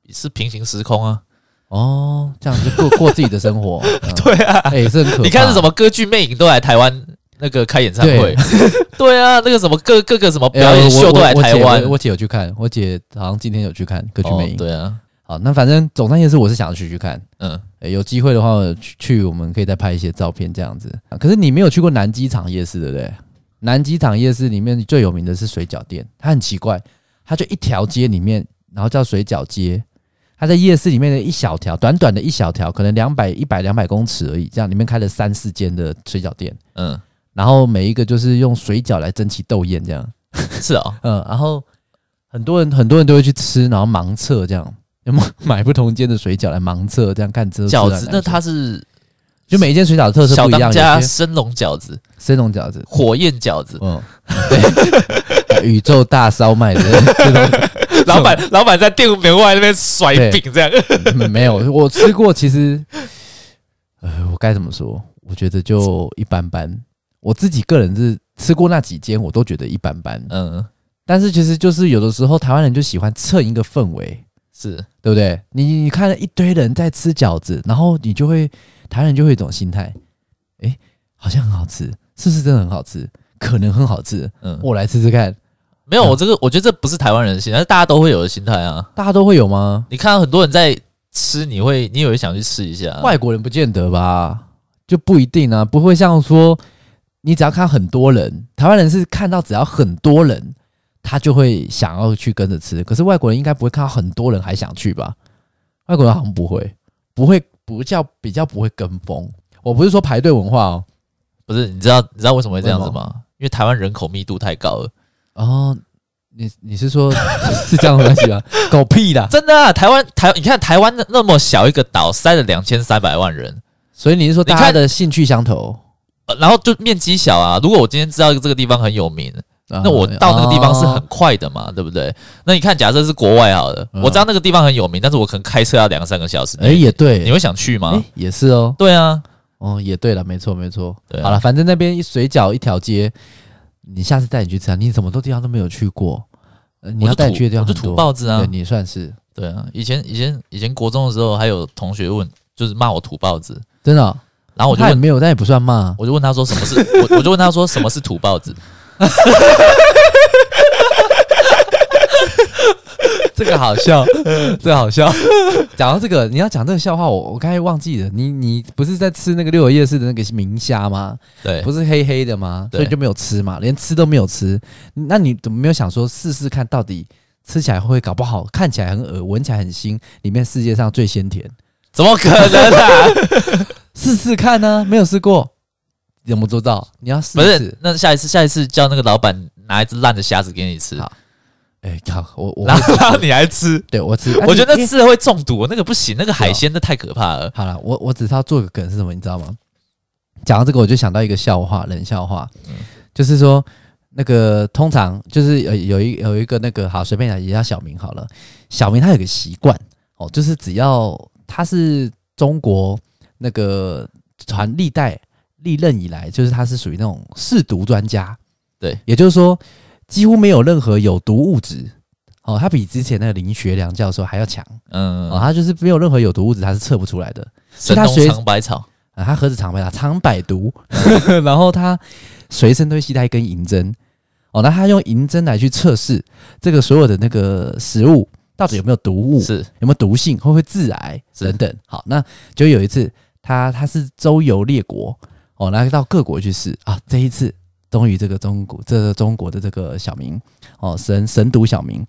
是平行时空啊。哦，这样就过 过自己的生活，嗯对啊，哎、是很可 怕。你看是什么歌剧魅影都来台湾那个开演唱会对， 对啊，那个什么各各个什么哎表演秀都来台我我我湾姐我。我姐有去看，我姐好像今天有去看歌曲魅哦影。对啊，好，那反正总站夜市我是想要去去看，嗯，哎有机会的话去去，我们可以再拍一些照片这样子。啊可是你没有去过南机场夜市，对不对？南机场夜市里面最有名的是水饺店，它很奇怪，它就一条街里面，然后叫水饺街，它在夜市里面的一小条，短短的一小条，可能两百、一百、两百公尺而已，这样里面开了三四间的水饺店，嗯，然后每一个就是用水饺来蒸起斗艳这样，是 哦，嗯，然后很多人很多人都会去吃，然后盲测这样。 买不同间的水饺来盲测，这样看这饺子那它是就每一间水饺的特色小不一样，当家有些生龙饺子、生龙饺子，火焰饺子，嗯，对， 宇宙大烧麦 的这种老板老板在店门外那边甩对饼 这样，嗯没有，我吃过，其实，呃，我该怎么说？我觉得就一般般。我自己个人是吃过那几间，我都觉得一般般。嗯，但是其实就是有的时候台湾人就喜欢蹭一个氛围，是对不对？你你看一堆人在吃饺子，然后你就会台湾人就会有一种心态，诶，好像很好吃，是不是真的很好吃？可能很好吃，嗯，我来吃吃看。没有嗯我这个，我觉得这不是台湾人的心态，是大家都会有的心态啊。大家都会有吗？你看很多人在吃，你会你也会想去吃一下，啊外国人不见得吧，就不一定啊，不会像说你只要看很多人，台湾人是看到只要很多人，他就会想要去跟着吃。可是外国人应该不会看到很多人还想去吧？外国人好像不会，不会不叫比较不会跟风。我不是说排队文化哦，不是？你知道你知道为什么会这样子为什吗？因为台湾人口密度太高了，哦，你你是说 是这样的关系吗？狗屁啦！真的、啊。台湾台你看台湾那那么小一个岛，塞了两千三百万人、所以你是说你看大家的兴趣相投？呃然后就面积小啊。如果我今天知道这个地方很有名，那那我到那个地方哦是很快的嘛，对不对？那你看，假设是国外好了，嗯我知道那个地方很有名，但是我可能开车要两三个小时，哎、也对，你会想去吗？哎、也是哦。对啊，哦，也对了，没错没错。对啊好了，反正那边一水饺一条街，你下次带你去吃啊，你什么都地方都没有去过，呃、你我要就带土你去的地方我就很土多。包子啊对，你算是对啊。以前以前以前国中的时候，还有同学问，就是骂我土包子，真的哦、然啊后我就他也问，没有，但也不 算骂。我就问他说什么是，我我就问他说什么是土包 子，这个好笑，这个好笑。 讲到这个，你要讲这个笑话，我我刚才忘记了。你你不是在吃那个六合夜市的那个明虾吗？对不，是黑黑的吗？对所以就没有吃嘛，连吃都没有吃。那你怎么没有想说试试看到底吃起来会不会搞不好，看起来很恶，闻起来很腥，里面世界上最鲜甜？怎么可能 啊？试试看呢、没有试过，怎么做到？你要试不一是试。，那下一次下一次叫那个老板拿一只烂的虾子给你吃，好哎、好，我我然会后然 后你还吃，对我吃，我觉得那因为啊吃了会中毒，那个不行，那个海鲜那太可怕了。好了，我我只是要做个梗是什么，你知道吗？讲到这个，我就想到一个笑话，冷笑话，嗯就是说那个通常就是有有一有一个那个好随便讲，也叫小明好了。小明他有个习惯哦，就是只要他是中国那个传历代历任以来，就是他是属于那种试毒专家，对，也就是说几乎没有任何有毒物质哦，他比之前那个林学良教授还要强嗯，哦，他就是没有任何有毒物质，他是测不出来的。神所以他农学尝百草，啊，他何止常百啦，常百毒， 然后他随身都会携带一根银针，哦，那他用银针来去测试这个所有的那个食物到底有没有毒物，是有没有毒性，会不会致癌是等等。好，那就有一次他他是周游列国，哦，那到各国去试啊，这一次终于这个中国这个中国的这个小明哦神神毒小明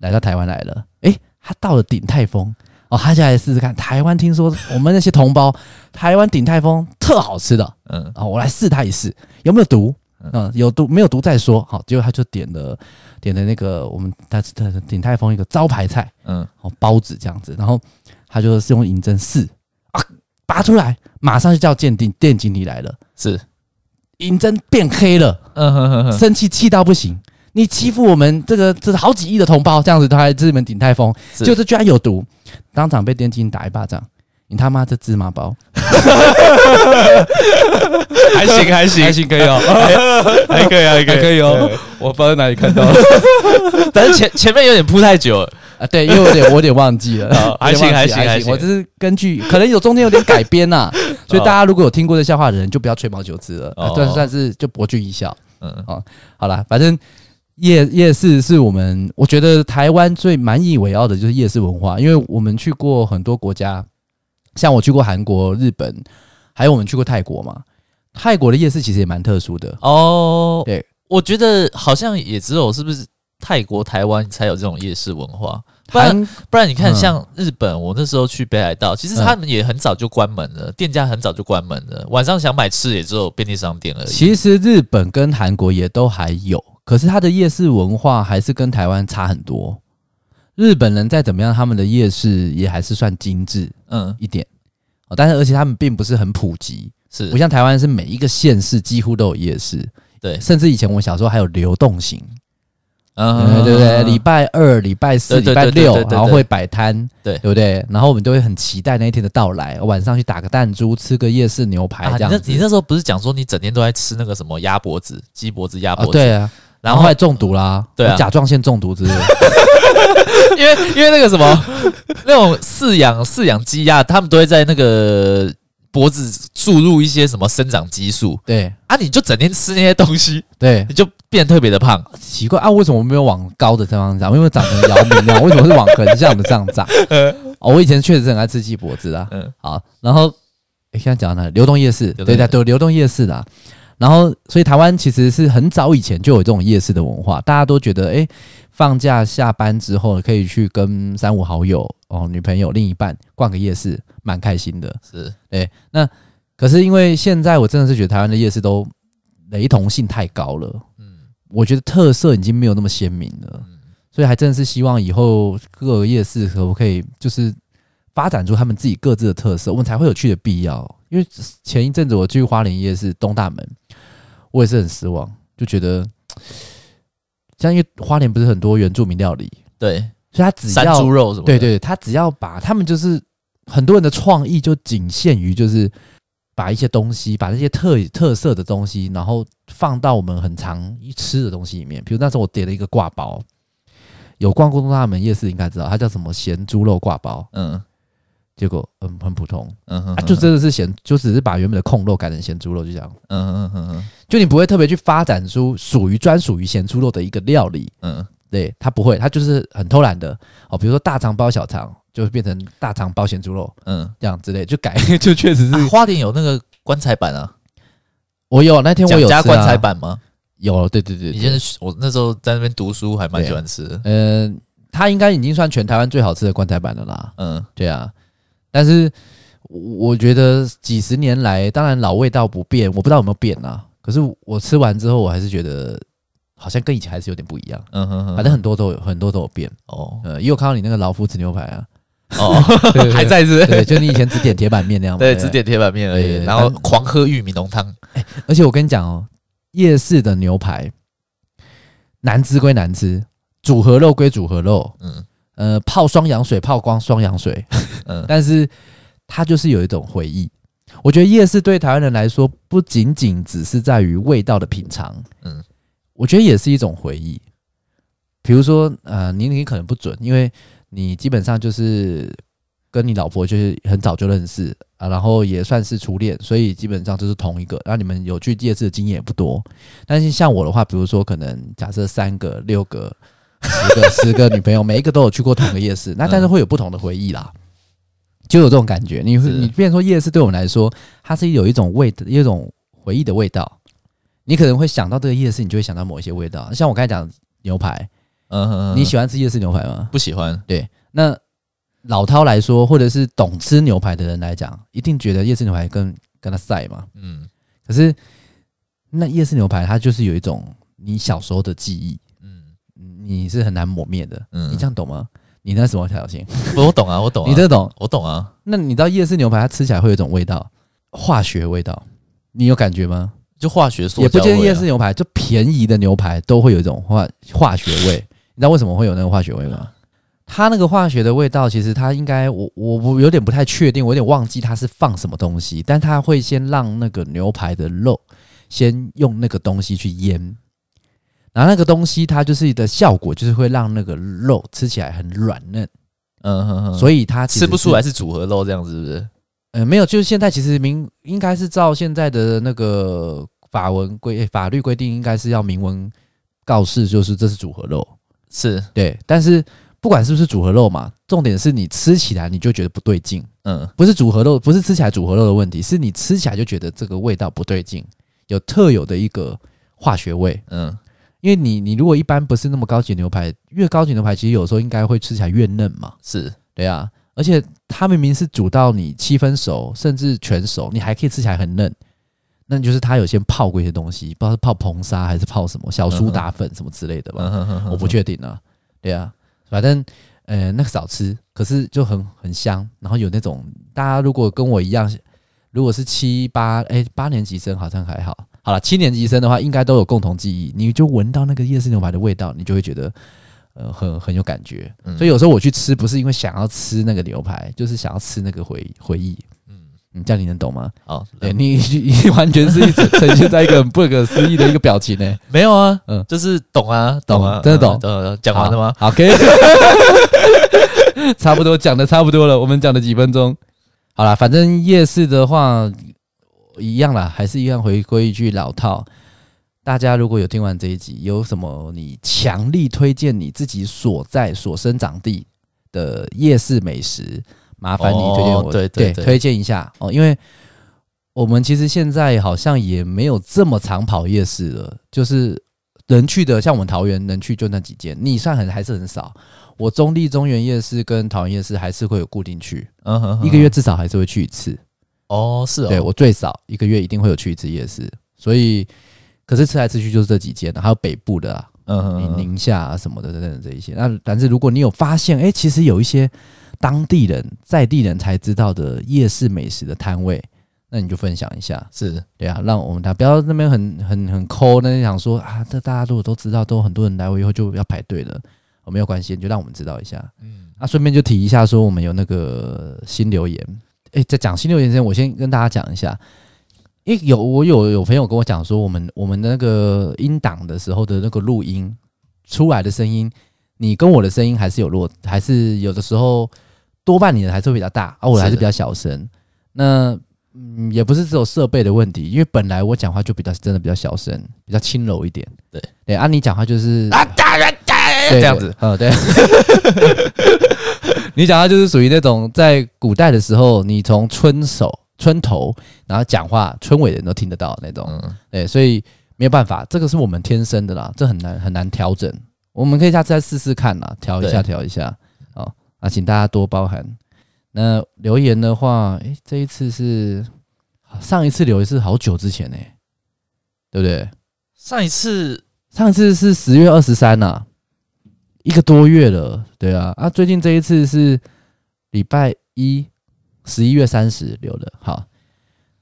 来到台湾来了，诶，他到了鼎泰丰。哦，他下来试试看。台湾听说我们那些同胞， 台湾鼎泰丰特好吃的，嗯，啊，我来试它一试，有没有毒？嗯，有毒没有毒再说。好，结果他就点了点了那个我们他他鼎泰丰一个招牌菜，嗯，哦包子这样子，然后他就是用银针试啊，拔出来，马上就叫鉴定店经理来了， 是，银针变黑了，嗯哼哼哼，生气气到不行。你欺负我们这个这好几亿的同胞，这样子他还日本鼎泰丰，是就这居然有毒，当场被店经理打一巴掌。你他妈这芝麻包！ 还行还行还行可以哦 还还可以啊还可以以哦， 我不知道在哪里看到了 但是前前面有点铺太久了，啊，对，因为我有点我有点忘记哦了，还行 有点忘还记行还还行我这是根据可能有中间有点改编 呐，所以大家如果有听过这笑话的人，就不要吹毛求疵了，啊哦算算是就博君一笑。哦嗯，好啦，反正夜夜市是我们我觉得台湾最满以为傲的就是夜市文化，因为我们去过很多国家，像我去过韩国、日本，还有我们去过泰国嘛。泰国的夜市其实也蛮特殊的，哦，对，我觉得好像也只有是不是泰国、台湾才有这种夜市文化，不然韩不然你看，嗯像日本，我那时候去北海道，其实他们也很早就关门了，店家很早就关门了，晚上想买吃也只有便利商店而已。其实日本跟韩国也都还有，可是它的夜市文化还是跟台湾差很多。日本人再怎么样，他们的夜市也还是算精致嗯，一点，哦，但是而且他们并不是很普及，是不像台湾是每一个县市几乎都有夜市，对，甚至以前我小时候还有流动型，嗯，对不对？礼拜二、礼拜四、对对礼拜对对六对对，对然后会摆摊，对对不对？然后我们都会很期待那一天的到来，晚上去打个弹珠，吃个夜市牛排啊，这你样那子。你那时候不是讲说你整天都在吃那个什么鸭脖子、鸡脖子、鸭啊脖，子？对啊，然然后后后来中毒啦，对啊我甲状腺中毒之类的。 因为因为那个什 么，那种饲养饲养鸡鸭，他们都会在那个脖子注入一些什么生长激素对啊，你就整天吃那些东西，对，你就变得特别的胖，奇怪啊，为什么我没有往高的地方长？因啊为我长成姚明那样，为什么是往横向的这样 长？哦，我以前确实很爱吃鸡脖子啊。呃嗯好，然后诶现在讲到哪里？流动夜市，流动对夜的，市对，流动夜市啦。然后，所以台湾其实是很早以前就有这种夜市的文化，大家都觉得，诶，放假下班之后可以去跟三五好友、哦女朋友、另一半逛个夜市，蛮开心的。是对，那可是因为现在我真的是觉得台湾的夜市都雷同性太高了，嗯，我觉得特色已经没有那么鲜明了，嗯所以还真的是希望以后各个夜市可不可以就是发展出他们自己各自的特色，我们才会有去的必要。因为前一阵子我去花莲夜市东大门，我也是很失望，就觉得，像因为花莲不是很多原住民料理，对所以它只山要猪肉什么的？对对，他只要把他们就是很多人的创意就仅限于就是把一些东西，把这些特特色的东西，然后放到我们很常吃的东西里面。比如那时候我点了一个挂包，嗯有逛过东大门夜市应该知道，它叫什么咸猪肉挂包，嗯，结果嗯很普通，嗯哼啊，就真的是咸，就只是把原本的控肉改成咸猪肉，就这样。嗯嗯嗯嗯就你不会特别去发展出属于专属于咸猪肉的一个料理，嗯对他不会，他就是很偷懒的哦。比如说大肠包小肠，就变成大肠包咸猪肉嗯这样之类，就改 就确实是、嗯，啊花莲有那个棺材板啊，我有那天我蒋有吃、家啊、棺材板吗？有，对对对以对，前我那时候在那边读书，还蛮喜欢吃的。嗯、他应该已经算全台湾最好吃的棺材板了啦。嗯，对啊，但是我我觉得几十年来，当然老味道不变，我不知道有没有变啊。可是我吃完之后，我还是觉得好像跟以前还是有点不一样。嗯哼哼，反正很多都有，很多都有变。哦呃，也有看到你那个老夫子牛排啊，哦， 对对对还在是不对，是？就你以前只点铁板面那样嘛。 对，不只点铁板面而对对已，啊对然后反正狂喝玉米浓汤。而且我跟你讲哦，夜市的牛排难吃归难吃，组合肉归组合肉，嗯呃，泡双氧水泡光双氧水，嗯但是它就是有一种回忆。我觉得夜市对台湾人来说，不仅仅只是在于味道的品尝，嗯嗯，我觉得也是一种回忆。比如说，呃，你你可能不准，因为你基本上就是跟你老婆就是很早就认识啊，然后也算是初恋，所以基本上就是同一个。然后你们有去夜市的经验也不多，但是像我的话，比如说可能假设三个、六个、十个、十个女朋友，每一个都有去过同一个夜市，那但是会有不同的回忆啦，就有这种感觉。你会是你变成说夜市对我们来说，它是有一种味，有一种回忆的味道。你可能会想到这个夜市，你就会想到某一些味道。像我刚才讲牛排，嗯哼，你喜欢吃夜市牛排吗？不喜欢？那老饕来说，或者是懂吃牛排的人来讲，一定觉得夜市牛排跟跟他赛嘛。嗯可是那夜市牛排，它就是有一种你小时候的记忆，嗯你是很难磨灭的。嗯，你这样懂吗？你那什么小心？我懂啊，我懂啊，你这懂？我懂啊，那你知道夜市牛排它吃起来会有一种味道，化学味道，你有感觉吗？就化学塑也不胶味见啊夜市牛排，就便宜的牛排都会有一种化化学味。你知道为什么会有那个化学味吗？它那个化学的味道，其实它应该我我我有点不太确定，我有点忘记它是放什么东西，但它会先让那个牛排的肉先用那个东西去腌，然后那个东西它就是的效果，就是会让那个肉吃起来很软嫩，嗯哼哼，所以它其实吃不是出来是组合肉这样，是不是？呃，没有，就是现在其实明应该是照现在的那个法文规、诶法律规定，应该是要明文告示，就是这是组合肉。是，对，但是不管是不是组合肉嘛，重点是你吃起来你就觉得不对劲，嗯不是组合肉，不是吃起来组合肉的问题，是你吃起来就觉得这个味道不对劲，有特有的一个化学味。嗯因为你你如果一般不是那么高级的牛排，越高级牛排其实有时候应该会吃起来越嫩嘛，是对啊，而且它明明是煮到你七分熟，甚至全熟，你还可以吃起来很嫩，那就是它有些泡过一些东西，不知道是泡硼砂还是泡什么小苏打粉什么之类嗯的吧，我不确定啊，对啊，反正呃那个少吃，可是就很很香，然后有那种大家如果跟我一样，如果是七八哎八年级生好像还好，好了七年级生的话应该都有共同记忆，你就闻到那个夜市牛排的味道，你就会觉得呃很很有感觉，嗯所以有时候我去吃不是因为想要吃那个牛排，就是想要吃那个回回忆。嗯，这样你能懂吗？好，对你，你 完全是一直呈现在一个很不可思议的一个表情呢、没有啊，嗯就是懂啊，懂啊，懂真的懂嗯懂，讲完了吗？ 好，可以，差不多讲的差不多了，我们讲了几分钟，好啦，反正夜市的话一样啦，还是一样回归一句老套。大家如果有听完这一集，有什么你强力推荐你自己所在所生长地的夜市美食，麻烦你哦推荐我，对对对推荐一下哦，因为我们其实现在好像也没有这么常跑夜市了，就是能去的，像我们桃园能去就那几间，你算很还是很少。我中立中原夜市跟桃园夜市还是会有固定去，嗯哼哼一个月至少还是会去一次。哦，是哦，对我最少一个月一定会有去一次夜市，所以可是吃来吃去就是这几间、还有北部的啊，嗯哼宁哼宁夏啊什么的等等这一些。那但是如果你有发现，哎、其实有一些当地人在地人才知道的夜市美食的摊位，那你就分享一下。是对啊，让我们他不要那边很很很抠，那边想说啊，这大家如果都知道，都很多人来，我以后就要排队了。我没有关系，你就让我们知道一下。嗯，那、顺便就提一下，说我们有那个新留言。诶，在讲新留言之前，我先跟大家讲一下，因为有我有有朋友跟我讲说，我们我们那个音档的时候的那个录音出来的声音，你跟我的声音还是有落，还是有的时候多半你的还是会比较大，啊，我的还是是比较小声。那嗯，也不是只有设备的问题，因为本来我讲话就比较真的比较小声，比较轻柔一点。对对，啊，你讲 话就是啊，大人大对人这样子，，嗯，对。 你讲话就是属于那种在古代的时候，你从村首、村头，然后讲话，村尾的人都听得到那种。嗯，对，所以没有办法，这个是我们天生的啦，这很难很难调整。我们可以下次再试试看啦，调一下对调一下。好，那请大家多包涵。那留言的话，诶、这一次是啊上一次留言是好久之前呢、对不对？上一次上一次是十月二十三呐，一个多月了，对啊，啊，最近这一次是礼拜一，十一月三十留的，好，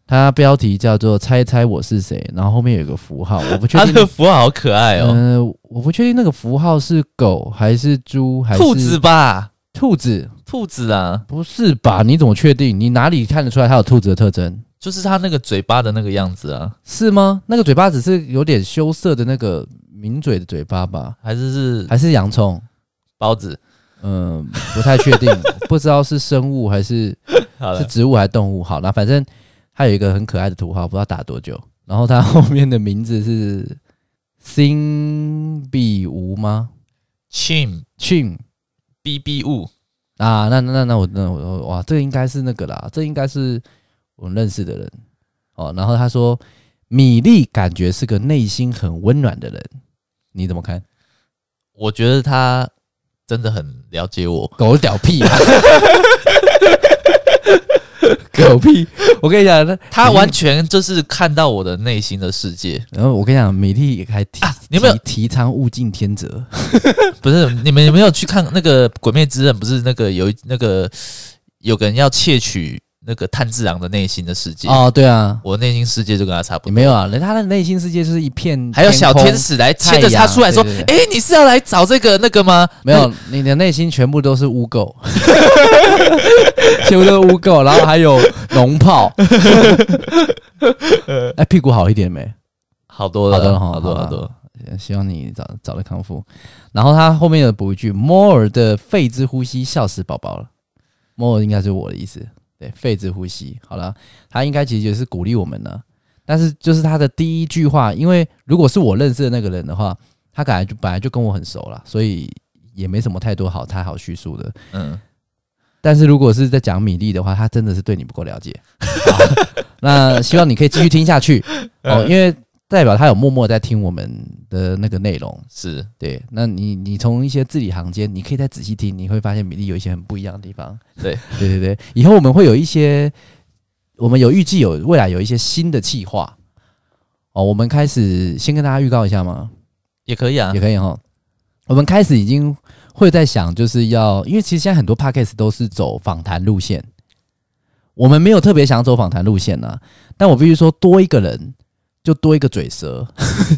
它标题叫做“猜猜我是谁”，然后后面有个符号，我不确他定的，符号好可爱哦，嗯、我不确定那个符号是狗还是猪还是兔子，吧，兔子兔子啊，不是吧？你怎么确定？你哪里看得出来它有兔子的特征？就是它那个嘴巴的那个样子啊，是吗？那个嘴巴只是有点羞涩的那个抿嘴的嘴巴吧，还是是还是洋葱？包子？嗯，不太确定， 不知道是生物还是好是了，植物还是动物。好，那反正它有一个很可爱的图画，不知道打多久。然后它后面的名字是辛比吴吗 chim ？Chim b b 物，啊，那那那那我那我哇，这个应该是那个啦，这应该是我们认识的人哦。然后他说，米粒感觉是个内心很温暖的人，你怎么看？我觉得他真的很了解我，狗屌屁、啊！ 狗屁！我跟你讲，那他完全就是看到我的内心的世界。然后我跟你讲，米粒还提、啊你有没有提提倡物竞天择？不是你们有没有去看那个《鬼灭之刃》？不是那个有一那个有个人要窃取那个炭治郎的内心的世界，哦，对啊，我内心世界就跟他差不你多。没有啊，人他的内心世界就是一片，还有小天，使来牵着他出来说太：“阳哎、你是要来找这个那个吗？”没有，你的内心全部都是污垢， 全部都是污垢，然后还有 脓泡。哎，屁股好一点没？好多了，好多了哈好多好了了好多了。希望你早早日康复。然后他后面有补一句：“摩尔的肺之呼吸，笑死宝宝了。”摩尔应该是我的意思，对，肺之呼吸。好了，他应该其实也是鼓励我们呢。但是就是他的第一句话，因为如果是我认识的那个人的话，他感觉就本来就跟我很熟了，所以也没什么太多好太好叙述的。嗯，但是如果是在讲米粒的话，他 真的是对你不够了解。好那希望你可以继续听下去哦，因为代表他有默默在听我们的那个内容。是对，那你你从一些字里行间，你可以再仔细听，你会发现米粒有一些很不一样的地方。对 对对对，以后我们会有一些，我们有预计有未来有一些新的计划。哦，我们开始先跟大家预告一下吗？也可以啊也，可以哈。我们开始已经会在想，就是要，因为其实现在很多 podcast 都是走访谈路线，我们没有特别想走访谈路线呐、啊但我必须说，多一个人就多一个嘴舌，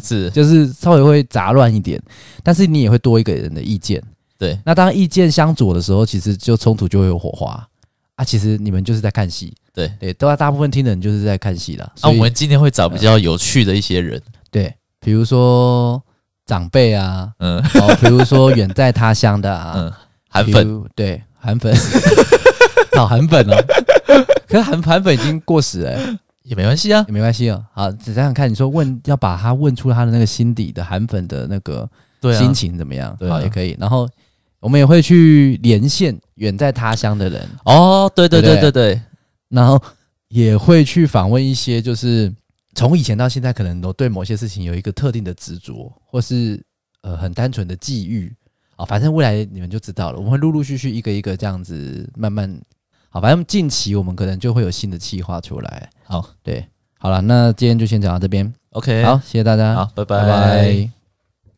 是就是稍微会杂乱一点，但是你也会多一个人的意见。对，那当意见相左的时候，其实就冲突就会有火花啊。其实你们就是在看戏，对对，大大部分听的人就是在看戏啦。那、所以嗯我们今天会找比较有趣的一些人，对，比如说长辈 啊，嗯哦，比如说远在他乡的啊，嗯，韩比粉如，对韩粉， 找韩粉哦。可是韩韩粉已经过时哎、也没关系啊，也没关系哦。好，只想想看，你说问要把他问出他的那个心底的韩粉的那个对啊，心情怎么样？对啊好，也可以。然后我们也会去连线远在他乡的人，哦，对对对对对对， 然后也会去访问一些就是从以前到现在可能都对某些事情有一个特定的执着，或是呃很单纯的际遇啊、反正未来你们就知道了，我们会陆陆续续一个一个这样子慢慢好，反正近期我们可能就会有新的计划出来。好，对，好了，那今天就先讲到这边。 ，OK，好，谢谢大家，好，拜拜拜。